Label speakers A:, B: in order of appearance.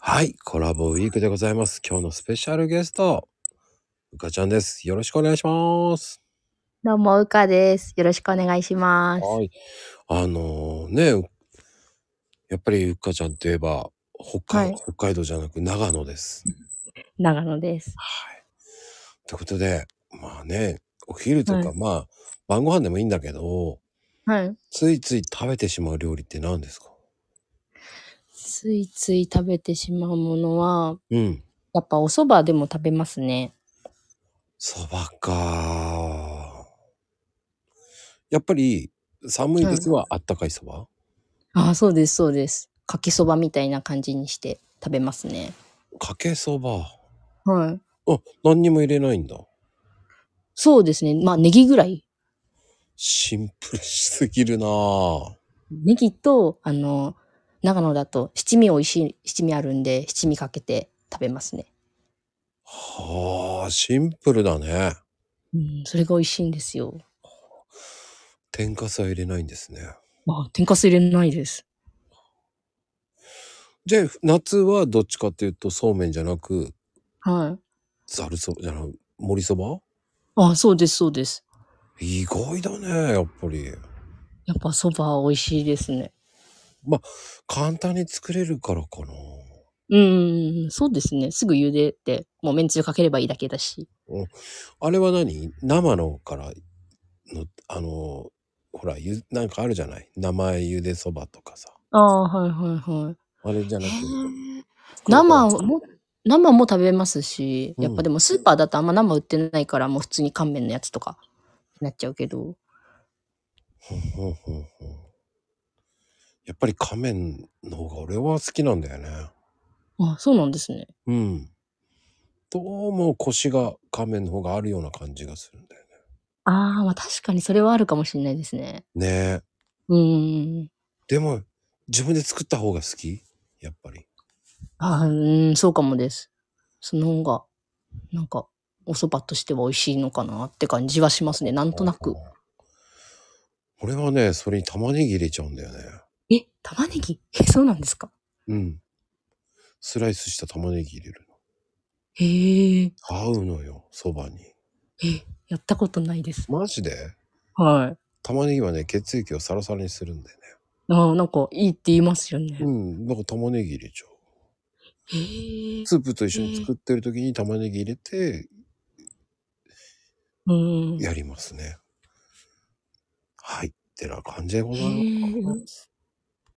A: はい、コラボウィークでございます。今日のスペシャルゲスト、うかちゃんです。よろしくお願いします。
B: どうも、うかです。よろしくお願いします。
A: はい。あのね、やっぱりうかちゃんといえば、北
B: は
A: 海
B: い。
A: 北海道じゃなく長野です。
B: 長野です。
A: はい。ということで、まあね、お昼と
B: は
A: か
B: い。
A: まあ、晩ご飯でもいいんだけど、
B: はい。
A: ついつい食べてしまう料理って何ですか？
B: ついつい食べてしまうものは、
A: うん。
B: やっぱお蕎麦でも食べますね。
A: 蕎麦か。やっぱり、寒い
B: は
A: 時
B: い。
A: はあったかい蕎麦？
B: ああ、そうですそうです。かけそばみたいな感じにして食べますね。
A: かけそば。
B: はい。
A: あ、何にも入れないんだ。
B: そうですね、ま、ネギぐらい。
A: シンプルすぎるな。
B: ネギと、あの、長野だと七味美味しい七味あるんで、七味かけて食べますね。
A: はあ、シンプルだね。
B: うん、それが美味しいんですよ。
A: 天かすは入れないんですね。
B: あ、天かす入れないです。
A: じゃあ、夏はどっちかっていうとそうめんじゃなく
B: はい。
A: ざるそじゃない、もりそば？
B: ああ、そうですそうです。
A: 意外だね、やっぱり。
B: やっぱ蕎麦は美味しいですね。
A: ま、簡単に作れるからかな。
B: うんうんうん、そうですね。すぐ茹でて、もうめんつゆかければいいだけだし。
A: うん。あれは何？生のからの、あの、ほら、ゆなんかあるじゃない、生茹でそばとかさ。
B: ああ、はいはいはい。
A: あれじゃなく、
B: へえ。
A: 袋から
B: 生
A: 作る。
B: も生も食べますし、
A: う
B: やっぱ
A: ん。
B: でもスーパーだとあんま生売ってないから、もう普通に乾麺のやつとかなっちゃうけど。
A: ふんふんふんふん。やっぱり乾麺の方が俺は好きなんだよね。
B: あ、そうなんですね。
A: うん。どうもコシが乾麺の方があるような感じがするんだよね。
B: ああ、ま、確かにそれはあるかもしんないですね。
A: ね。
B: うんうんうん。
A: でも、自分で作った方が好き？やっぱり。
B: ああ、うーん、そうかもです。その方が、なんか、お蕎麦としては美味しいのかなって感じはしますね、なんとなく。
A: 俺はね、それに玉ねぎ入れちゃうんだよね。
B: え、玉ねぎ？え、そうなんですか？
A: うん。スライスした玉ねぎ入れるの。
B: へえ。
A: 合うのよ、そばに。
B: え、やったことないです。
A: マジで？
B: はい。
A: 玉ねぎはね、血液をサラサラにするんだよね。
B: ああ、なんかいいって言いますよ
A: う
B: ね。
A: ん、だから玉ねぎ入れちゃう。
B: へえ。
A: スープと一緒に
B: へえ。
A: 作ってる時に玉ねぎ入れて
B: うん。
A: やりますね。はい、ってな感じでござい
B: へえ、う
A: ま
B: ん。
A: す。